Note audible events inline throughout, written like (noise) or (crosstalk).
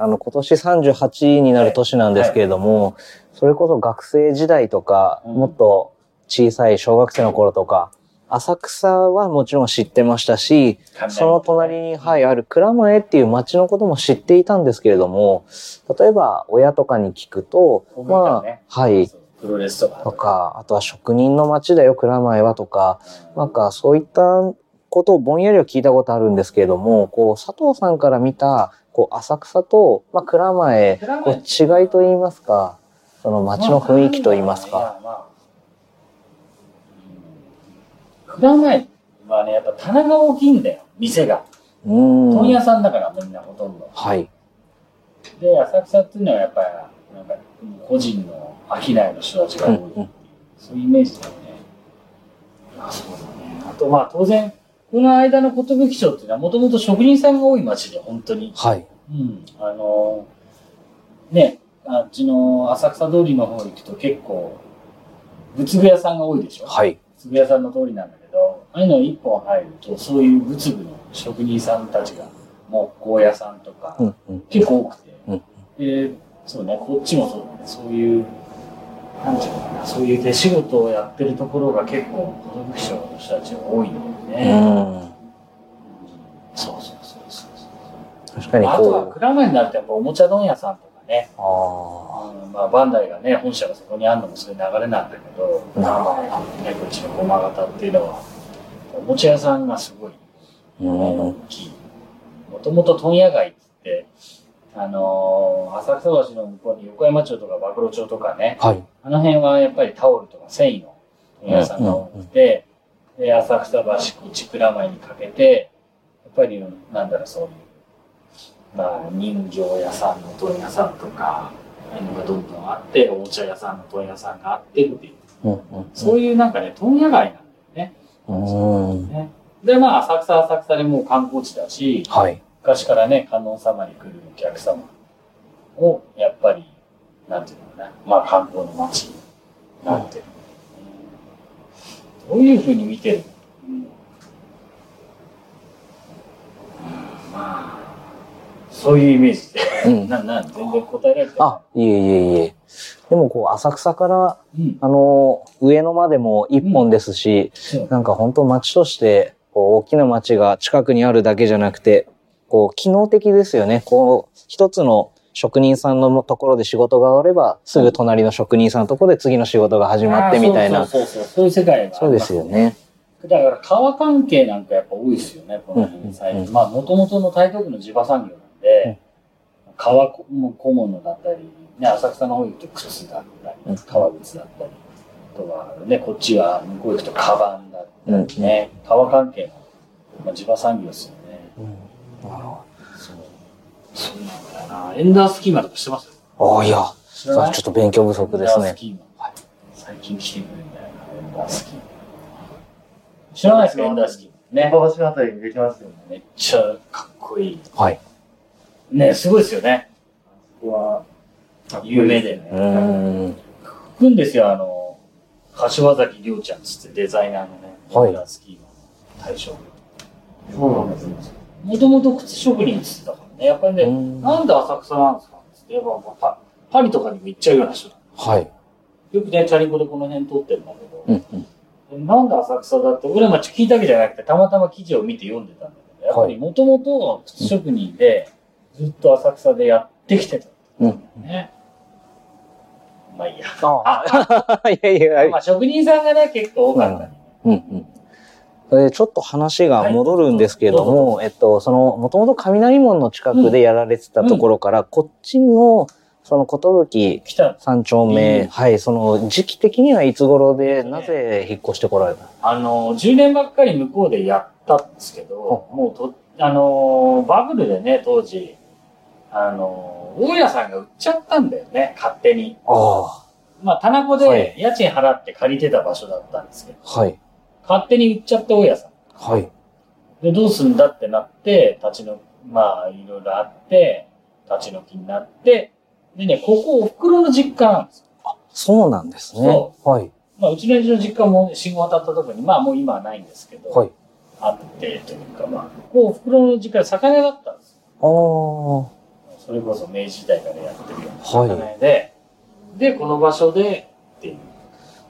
あの、今年38になる年なんですけれども、それこそ学生時代とか、うんもっと小さい小学生の頃とか、浅草はもちろん知ってましたし、その隣に、はい、ある蔵前っていう町のことも知っていたんですけれども、例えば親とかに聞くと、ここ行まったねあ、はい、プロレスとか。とか、あとは職人の町だよ、蔵前はとか、なんかそういったことをぼんやりは聞いたことあるんですけれども、こう佐藤さんから見たこう浅草と、まあ、蔵前蔵前こう違いと言いますか、その街の雰囲気と言いますか。。まあまあ蔵前はね、やっぱ棚が大きいんだよ、店が。うー問ん。屋さんだから、みんなほとんど。はい。で、浅草っていうのはやっぱり、なんか、個人の商いの人たちがうん多い。うん。そういうイメージだよね。あ、そうだね。あと、まあ当然、この間の寿町っていうのは、もともと職人さんが多い町で、本当に。はい。うん、あのねあっちの浅草通りの方行くと結構仏具屋さんが多いでしょ、はい。仏具屋さんの通りなんだけどああいうの一本入るとそういう仏具の職人さんたちが木工屋さんとか、うんうん。結構多くて、うんでそうねこっちもそうだねそういうなんていうのかなそういう手仕事をやってるところが結構孤独者の人たちが多いんだうよね、ん。そうそうそうそうそう確かにあとはこう。蔵前になるとやっぱおもちゃ問屋さんとかねあうんまあ、バンダイがね本社がそこにあるのもそういう流れなんだけど、あ。なるほね、こっちの駒形っていうのはおもちゃ屋さんがすごい、ね、ど。う大きいもともと問屋街っつってあのー浅草橋の向こうに横山町とか馬黒町とかねん。はい。あの辺はやっぱりタオルとか繊維の問屋さんが多くて、で浅草橋こっち蔵前にかけてやっぱりなんだろうそういう、まあ、人形屋さんの問屋さんとかああいうのがどんどんあっておもちゃ屋さんの問屋さんがあってっていううんうんそういうなんかね問屋街なんだよね。うん。うん。ねでまあ浅草は浅草でもう観光地だしはい。昔からね観音様に来るお客様をやっぱりなんていうのかなまあ観光の街になってる、どういうふうに見てるの、うんまあそういうイメージでうん。なな全然答えられてないあ、いえいえいえ。でもこう浅草から、うんあの、上野までも一本ですし、そうなんか本当街として、こう大きな街が近くにあるだけじゃなくて、こう機能的ですよね。こう一つの職人さんのところで仕事が終われば、すぐ隣の職人さんのところで次の仕事が始まってみたいあーな。そうそうそうそうそういう世界があそうりでますよね。だから川関係なんかやっぱ多いですよね、この辺最うんうんう近。まあ、もともとの台東区の地場産業なんで、革も小物だったり、ね、浅草の方行くと靴だったうんり、革靴だったり、あとはね、こっちは向こう行くとカバンだったりね、革関係の、まあ、地場産業ですよね。そう。そうなんだよな。エンダースキーマーとかしてますああ、いや、知ちょっと勉強不足でエすンダーねス。キーマー。最近来てくれるんだよな、エンダースキーマー。知らないですか、エンダースキーマー。ね。馬橋のあたりにできますよね。めっちゃかっこいい。はい。ねすごいですよね。ここは、有名だよね。うーん。行くんですよ、あの、柏崎亮ちゃんつってデザイナーのね、はいモデラースキーの大将。そうなんですよ。もともと靴職人つってたからね、やっぱりね、うんなんで浅草なんですかつって、やっぱパパリとかにも行っちゃうような人。はい。よくね、チャリンコでこの辺撮ってるんだけど、うんうん。なんで浅草だって、俺ら町聞いたわけじゃなくて、たまたま記事を見て読んでたんだけど、やっぱりもともと靴職人で、ずっと浅草でやってきてた。うん。ね。まあいいや。あ (laughs) あ、いやいや、まあ職人さんがね、結構多かったね。うんうん。それでちょっと話が戻るんですけれども、えっと、その、もともと雷門の近くでやられてたところから、こっちの、その、寿来たんです三丁目、うんはい、その、時期的にはいつ頃で、ねなぜ引っ越してこられたあの、10年ばっかり向こうでやったんですけど、もうと、あの、バブルでね、当時、あの、大家さんが売っちゃったんだよね、勝手に。あまあ、棚子はいで家賃払って借りてた場所だったんですけど、あ、はい、勝手に売っちゃって大家さん。はい、で、どうすんだってなって、立ちの、まあ、いろいろあって、立ち退きになって、でね、ここ、お袋の実家なんですよそうなんですねそ。はい、まあ、うちの親父の実家も信号渡ったとこに、まあもう今はないんですけど、はい。あってというか、まあ、こう、お袋の実家で魚屋だったんですよ。ああ、はそれこそ明治時代からやってるようなはい。なる金で、で、この場所でっていう。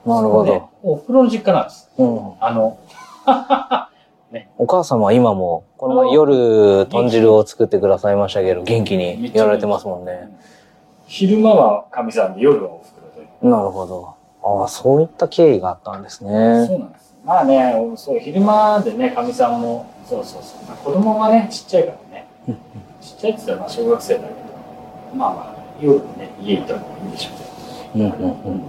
ほでど。、お風呂の実家なんです。うん。あの、お母様は今も、この前夜、豚汁を作ってくださいましたけど、元気にやられてますもんね。昼間は神さんで夜はお袋という。なるほど。ああ、そういった経緯があったんですね。そうなんです。まあね、そう、昼間でね、かみさんも、そうそうそう。まあ、子供がね、ちっちゃいからねうんうん。ちっちゃいって言ったらまあ小学生だけど、まあまあ、夜もね、家行った方がいいんでしょううんうんけうん。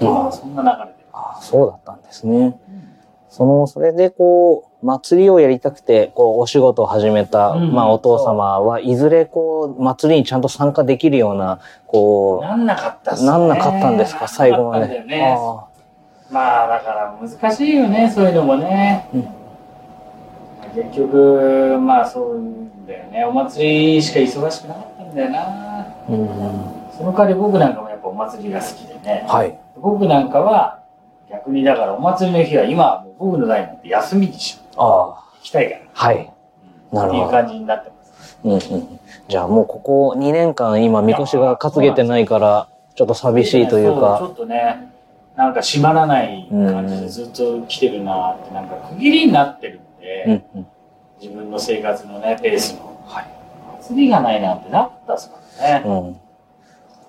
ど。まあ、そんな流れで。ああ、そうだったんですね。その、それでこう、祭りをやりたくて、こう、お仕事を始めた、うんまあ、お父様はいずれこう、祭りにちゃんと参加できるような、こなんなかったっすね。なんなかったんですか最後までなんなかったんだう、よね。あまあだから難しいよねそういうのもね、うん結局まあそうだよねお祭りしか忙しくなかったんだよなあ、うん、その代わり僕なんかもやっぱお祭りが好きでねはい。僕なんかは逆にだからお祭りの日は今はもう僕の代なんて休みにしようああ、行きたいから、はい。うんなるほどっていう感じになってますうんうん。じゃあもうここ2年間今、みこしが担げてないから、ちょっと寂しいというそちか、ょっとねなんか閉まらない感じでずっと来てるなってなんか区切りになってるんで、うんうん。自分の生活のね、ペースの。はい。祭りがないなんてなかったですからね。うん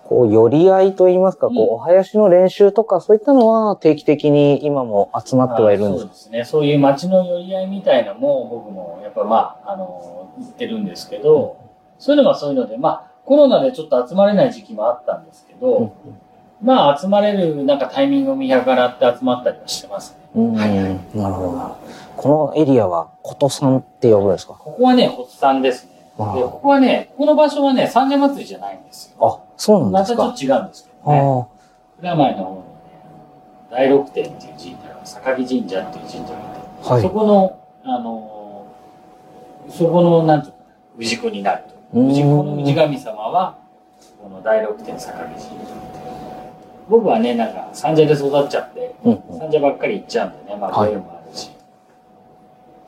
こう、寄り合いといいますか、こううん、お囃子の練習とか、そういったのは定期的に今も集まってはいるんですそうかですね。そういう街の寄り合いみたいなのも、僕もやっぱまあ、あの、行ってるんですけど、そういうのはそういうので、まあ、コロナでちょっと集まれない時期もあったんですけど、まあ、集まれるなんかタイミングを見計らって集まったりはしてますね。うん、なるほどな。このエリアは、ことさんって呼ぶんですかここはね、ホッツさんですね。で、ああここはね、ここの場所はね、三社祭りじゃないんですよ。あ、そうなんまですたちょかっと違うんですけどね。あ蔵前の方にね、第六天っていう神社が、坂木神社っていう神社があって、あ、はそい。この、あのーそこの、なんていうかな、氏子になると。うーん氏子の氏神様は、この第六天坂木神社っていう。僕はね、なんか、三社で育っちゃって、うんうん三社ばっかり行っちゃうんでね、まあ、こはういいうのもあるし、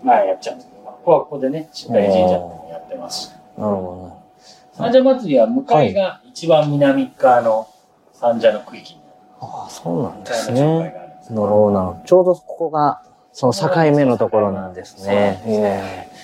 まあ、やっちゃうんですけど、まあここはここでね、しっかり神社っていうのもやってますし、なるほ三社祭りは向かいが一番南側の三社の区域になるどな。ああ、そうなんみでたいすな紹介ね。があるんですなるほどな。ちょうどここが、その境目のところなんですね。そうなんええ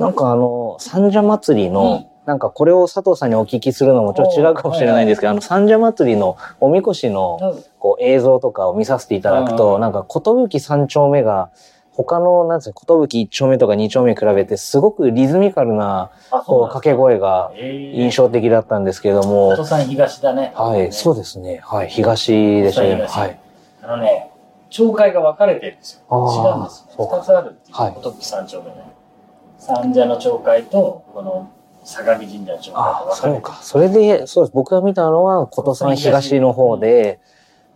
なんかあの、三社祭りうのん、なんかこれを佐藤さんにお聞きするのもちょっと違うかもしれないんですけど、あの、三社祭りのおみこしの、こう映像とかを見させていただくと、なんか、寿三丁目が、他の、なんですか、寿一丁目とか二丁目に比べて、すごくリズミカルな、あ、こう、なん掛け声が印象的だったんですけどおも、父さん東だね。はい、そうでですね。はい、東でしたね。東はい。す。あのね、町会が分かれてるんですよ。違うんあであす、そよ。うか二つあるっていう。はいこと三丁目ね。三社の町会と、この相模神社の町会あがあ、分かれそてうる。か。それで、そうです。僕が見たのは、ことさん東の方で、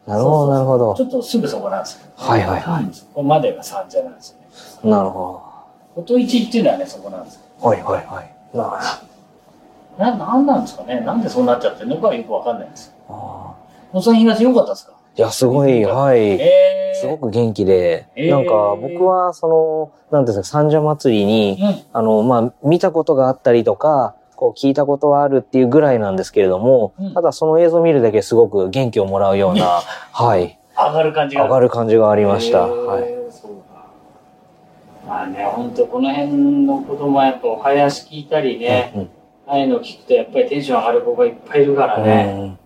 なるほそど、うそうそうなるほどち。ょっとすぐそこなんですけど、。はいはいはいそこまでが三社なんですよね。なるほこと一っていうのはね、そこなんですよ。ど。はい、はい、はい。なるほどな、なんなんですかね。なんでそうなっちゃってるのかはよく分かんないんですよ。ああ。お父さん東良かったですかいや、すごい、はい。ええすごく元気で、えーなんか僕はその、なんていうんですか、三社祭りに、うん。あの、まあ、見たことがあったりとか、こう聞いたことはあるっていうぐらいなんですけれども、うんただその映像を見るだけですごく元気をもらう (laughs) ような、はい、上がる感じが上がる感じがありました。へーはい。そうかまあね、本当この辺の子供はやっぱお囃子聞いたりね、うんああいうの聞くとやっぱりテンション上がる子がいっぱいいるからね。うん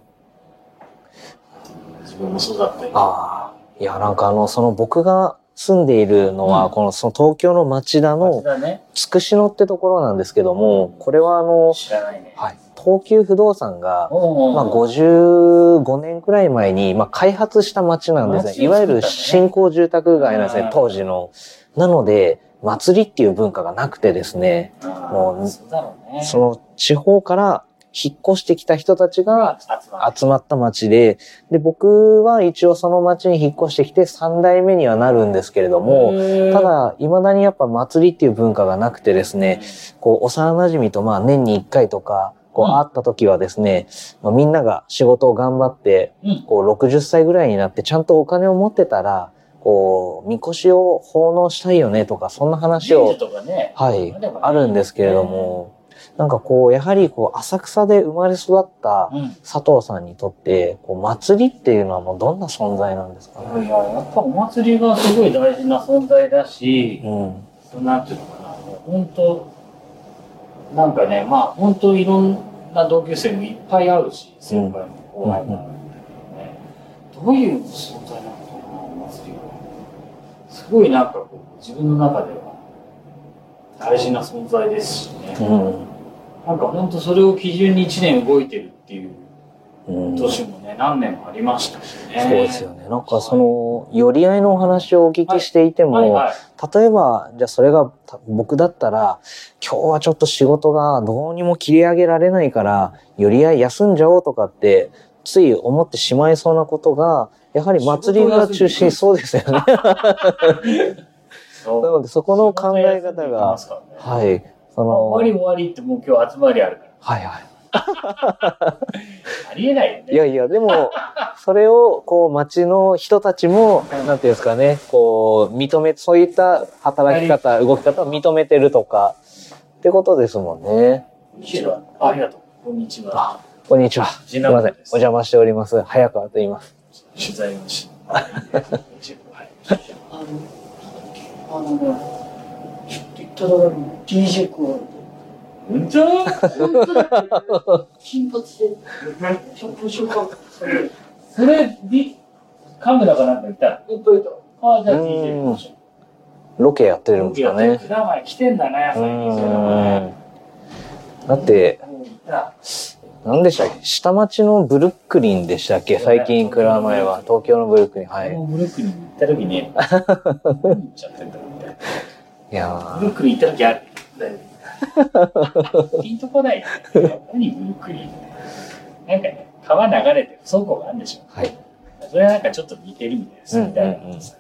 自分もそうだったよ。ああ。いや、なんかあの、その僕が住んでいるのは、うんこの、その東京の町田町のだね。つくしのってところなんですけども、これはあの、知らないね。はい、東急不動産が、おうおうまあ、55年くらい前に、まあ、開発した町なんですね。町いわゆるを作ったんだね新興住宅街なんですうねん、当時の。なので、祭りっていう文化がなくてですね、ああもうそうだろうね。その地方から引っ越してきた人たちが集まる。集まった町で、で、僕は一応その町に引っ越してきて3代目にはなるんですけれども、うただ、未だにやっぱ祭りっていう文化がなくてですね、こう、幼馴染とまあ年に1回とか、こううん会った時はですね、まあ、みんなが仕事を頑張って、うんこう60歳ぐらいになってちゃんとお金を持ってたら、こう、みこしを奉納したいよねとか、そんな話神社を、とかね。はいあればねあるんですけれども、なんかこう、やはりこう、浅草で生まれ育ったうん。佐藤さんにとって、こう、祭りっていうのはもうどんな存在なんですかいね。やいや、やっぱお祭りがすごい大事な存在だし、うん。そのなんていうのかな、本当なんかね、まあ本当いろんな同級生もいっぱい会うし、先輩も後輩もあるんだけどね、どういう存在なのかな、お祭りは。すごいなんかこう、自分の中では大事な存在ですしね、う。なんか本当それを基準に1年動いてるっていうんうん。年もね、何年もありましたしね。そうですよね。なんかその、寄り合いのお話をお聞きしていても、はいはい。例えば、じゃあそれがた僕だったら、今日はちょっと仕事がどうにも切り上げられないから、寄り合い休んじゃおうとかって、つい思ってしまいそうなことが、やはり祭りが中心、仕事そうですよね。なそうので、そこの考え方が、はい。はい、その、は終わりい終わりってもう今日集まりあるから。はありえないよい。ね。いやいや、でも、それを、こう、町の人たちも、なんていうんですかね、こう、認め、そういった働き方、動き方を認めてるとか、ってことですもんね。むしろありがとう。こんにちは。あ、こんにちは。す次み男ません。おです邪魔しております。早川と言います。取材をし。はいあの、あのね、ちょっと言っただけでも DJ コールうんちゃで、本当だって金髪で、ショップショップ、それ、D、カメラかなんかいたら。いっぱいいた。ああ、じゃあうん DJ 行きましょロケやってう。るんですかね。名前来てんだね、う最近そういうのがね。ん。だって、もういた。何でしたっけ下町のブルックリンでしたっけ最近、蔵前は。東京のブルックリン。はい。もうブルックリンに行った時に、何言っちゃってんだろうみたいな。いやブルックリン行った時ある。ピンとこないよね。何ブルックリンなんかね、川流れてる倉庫があるんでしょ。はい。それはなんかちょっと似てるみたいです。うんみたいなことさ。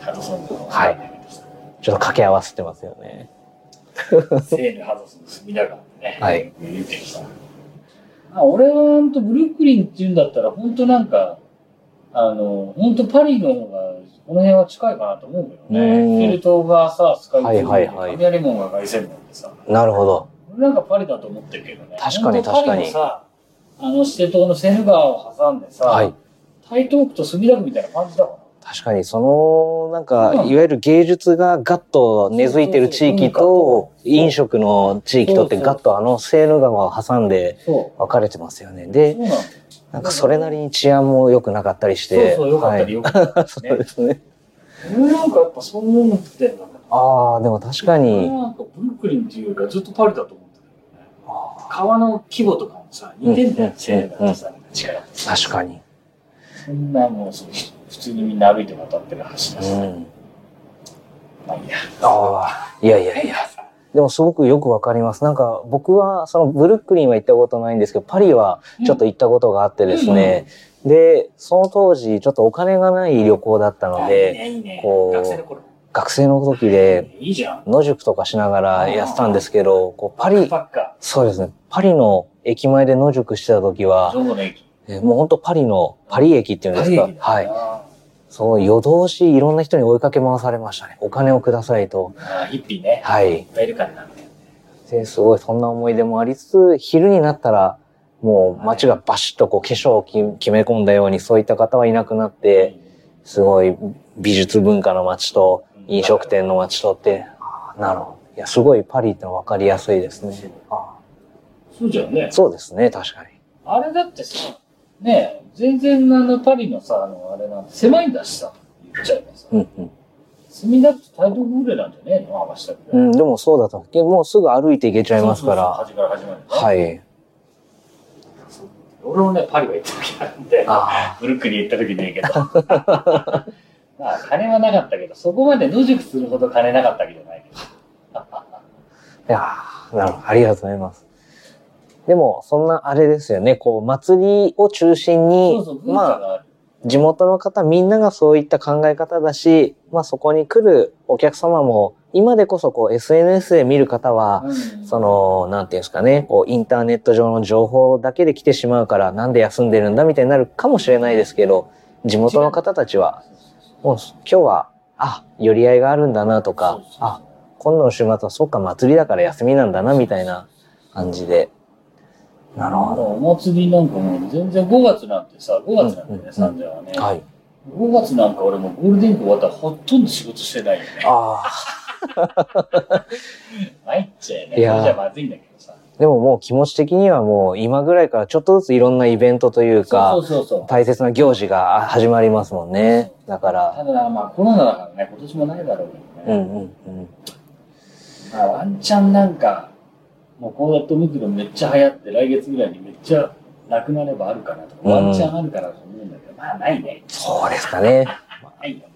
ハドソンの。はいーちょっと掛け合わせてますよね。セールハドソンの隅田川でね。 (laughs) はい。見てきた。あ俺はほんとブルックリンって言うんだったら、本当なんか、あの、本当パリの方が、この辺は近いかなと思うけどね。うんフィルトがさ、スカイツリーではいはいはい雷門が凱旋門でさ。なるほど。俺なんかパリだと思ってるけどね。確かに本当パ確リかにのさ、あの、シテ島のセーヌ川を挟んでさ、はい。台東区と墨田区みたいな感じだもん。確かに、その、なんか、うんいわゆる芸術がガッと根付いてる地域と、飲食の地域とってガッとあのセーヌ川を挟んでそ分かれてますよね。う。でそ、うなの。なんかそれなりに治安も良くなかったりしそうて。そう、よかったりはいよかったりそうね。ですね。俺なんかやっぱそんなのってんだね。ああ、でも確か俺に。なんかブルックリンっていうよりはずっとパリだと思ってたけどね。あ川の規模とかもさ、似てんだうよん、セーヌ川とさ、力。ー確かに。そんなもう、そうひ普通にみんな歩いて渡ってる橋だし。うん。まあいいや。ああ、いやいやいや。でもすごくよくわかります。なんか僕は、そのブルックリンは行ったことないんですけど、パリはちょっと行ったことがあってですね。で、その当時、ちょっとお金がない旅行だったのいいで、ね、いいね。こう学生の頃。学生の時でいいじゃん。野宿とかしながらやってたんですけど、こうパリパ、ッカそうですね。パリの駅前で野宿してた時ー。はど、この駅。えーもう本当パリの、パリ駅っていうんですか。パはリ駅いだ。なそう、夜通しいろんな人に追いかけ回されましたね。お金をくださいと。あーヒッピーね。はいい。っぱいいるからな。で、すごいそんな思い出もありつつ、昼になったら、もう街がバシッとこう化粧をき決め込んだように、そういった方はいなくなって、すごい美術文化の街と飲食店の街とって、あーなるほど。いや、すごいパリってのは分かりやすいですね。あそうじゃんねー。そうですね、確かに。あれだってさ、ねえ、全然あのパリのさ、あの、あれなんて狭いんだしさ、言っちゃえばさ。うんうん。墨田区と台東区ぐらいなんじゃねえの合わせたくうらい。ん、でもそうだと思う。もうすぐ歩いて行けちゃいますかそうら。そうそう端から始まる、ね。はい。俺もね、パリは行った時あるんで、あブルックリン行った時ねえけど。 (laughs) まあ、金はなかったけど、そこまで野宿するほど金なかったわけじゃないけど。あ。いやーなるほど。ありがとうございます。でも、そんなあれですよね。こう、祭りを中心にそうそう、、文化まあ、がある。地元の方みんながそういった考え方だし、まあそこに来るお客様も、今でこそこう SNS で見る方は、うんその、なんていうんですかね、こう、インターネット上の情報だけで来てしまうから、なんで休んでるんだみたいになるかもしれないですけど、地元の方たちは、もう、今日は、あ、寄り合いがあるんだなとかそうそう、そうあ、今度の週末は、そっか、祭りだから休みなんだな、みたいな、感じで。なるほど。お祭りなんかもう全然5月なんてさ、5月なんてね、サンジャーはね。はい。 5月なんか俺もゴールデンウィーク終わったらほとんど仕事してないよね。あ参っちゃうよね。いそれじやーゃまずいんだけどさ。あ。でももう気持ち的にはもう今ぐらいからちょっとずついろんなイベントというそか、うそうそうそう。大切な行事が始まりますもんね。だから。ただまあコロナだからね、今年もないだろうけどうね。んうんうん。まあワンチャンなんか、もうこのオミクロンめっちゃ流行って来月ぐらいにめっちゃなくなればあるかなとか、うんワンチャンあるかなと思うんだけど、まあないね。そうですかね。ないよ。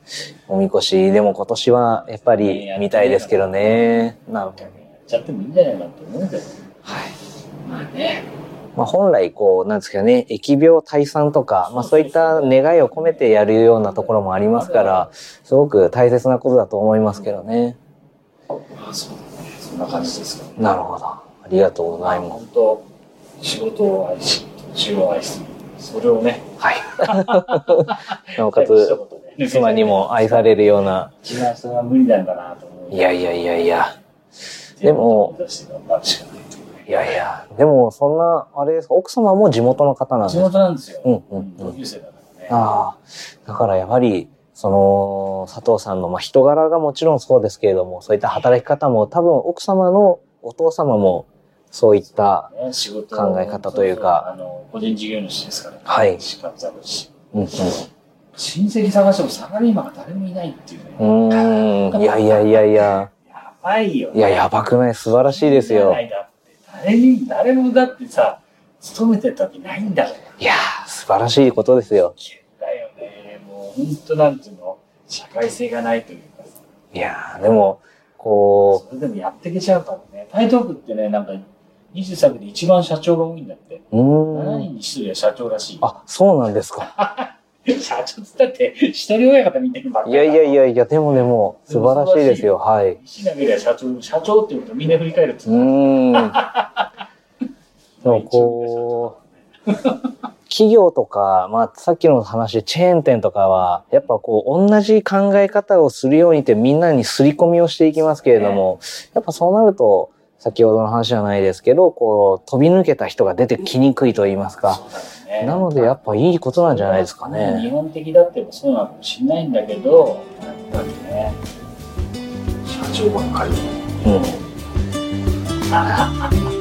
おみこし、でも今年はやっぱり見たいですけどね。なるほど。やっちゃってもいいんじゃないかなと思うけど。はい。まあね。まあ、本来こう、なんですかね、疫病退散とか、まあそういった願いを込めてやるようなところもありますから、すごく大切なことだと思いますけどね。まあそうだね。そんな感じですかね。なるほど。ありがとうございます。本当仕事を愛し仕事を愛するそれをねはい。 (laughs) なおかつ、妻にも愛されるような、一番それは無理なんだなと思ういやいやいやいや、ででもも出して頑張るしかないいやいや、でもそんな、あれですか、奥様も地元の方なんです地か元なんですよ、うんうんうん同級生だからねああ、だからやはり、その、佐藤さんの、まあ、人柄がもちろんそうですけれども、そういった働き方も多分奥様のお父様もそういった、ね仕事考え方というかそうそうあの個人事業主ですから、はい資格だろうしうんうん、親戚探してもサラリーマンが誰もいないっていうね、うーん、いやいやいやいや、やばいよねいや、やばくない素晴らしいですよな。いだって誰に誰もだってさ勤めてた時ないんだからいやー、素晴らしいことですよ。だよね。もう本当なんていうの、社会性がないというかさ、いやー、でも、こそれでもやってけちゃうからね。台東区ってね、なんか23区で一番社長が多いんだって。う、う7ーん、人に1人は社長らしい。あ、そうなんですか。 (laughs) 社長っつったって、一人親方みたいなばっかいりだやいやいやいや、でもでも、素晴らしいですよ。はい。石投げりゃ社長、社長っていうことみんな振り返るっつうーん。でもこう、企業とか、まあ、さっきの話、チェーン店とかは、やっぱこう、同じ考え方をするようにってみんなに刷り込みをしていきますけれども、やっぱそうなると、先ほどの話じゃないですけど、こう、飛び抜けた人が出てきにくいと言いますか。そうだよねなので、やっぱいいことなんじゃないですか日ね。本的だってもそうなのかもしれないんだけど、やっぱりね、社長ばっかり。うん。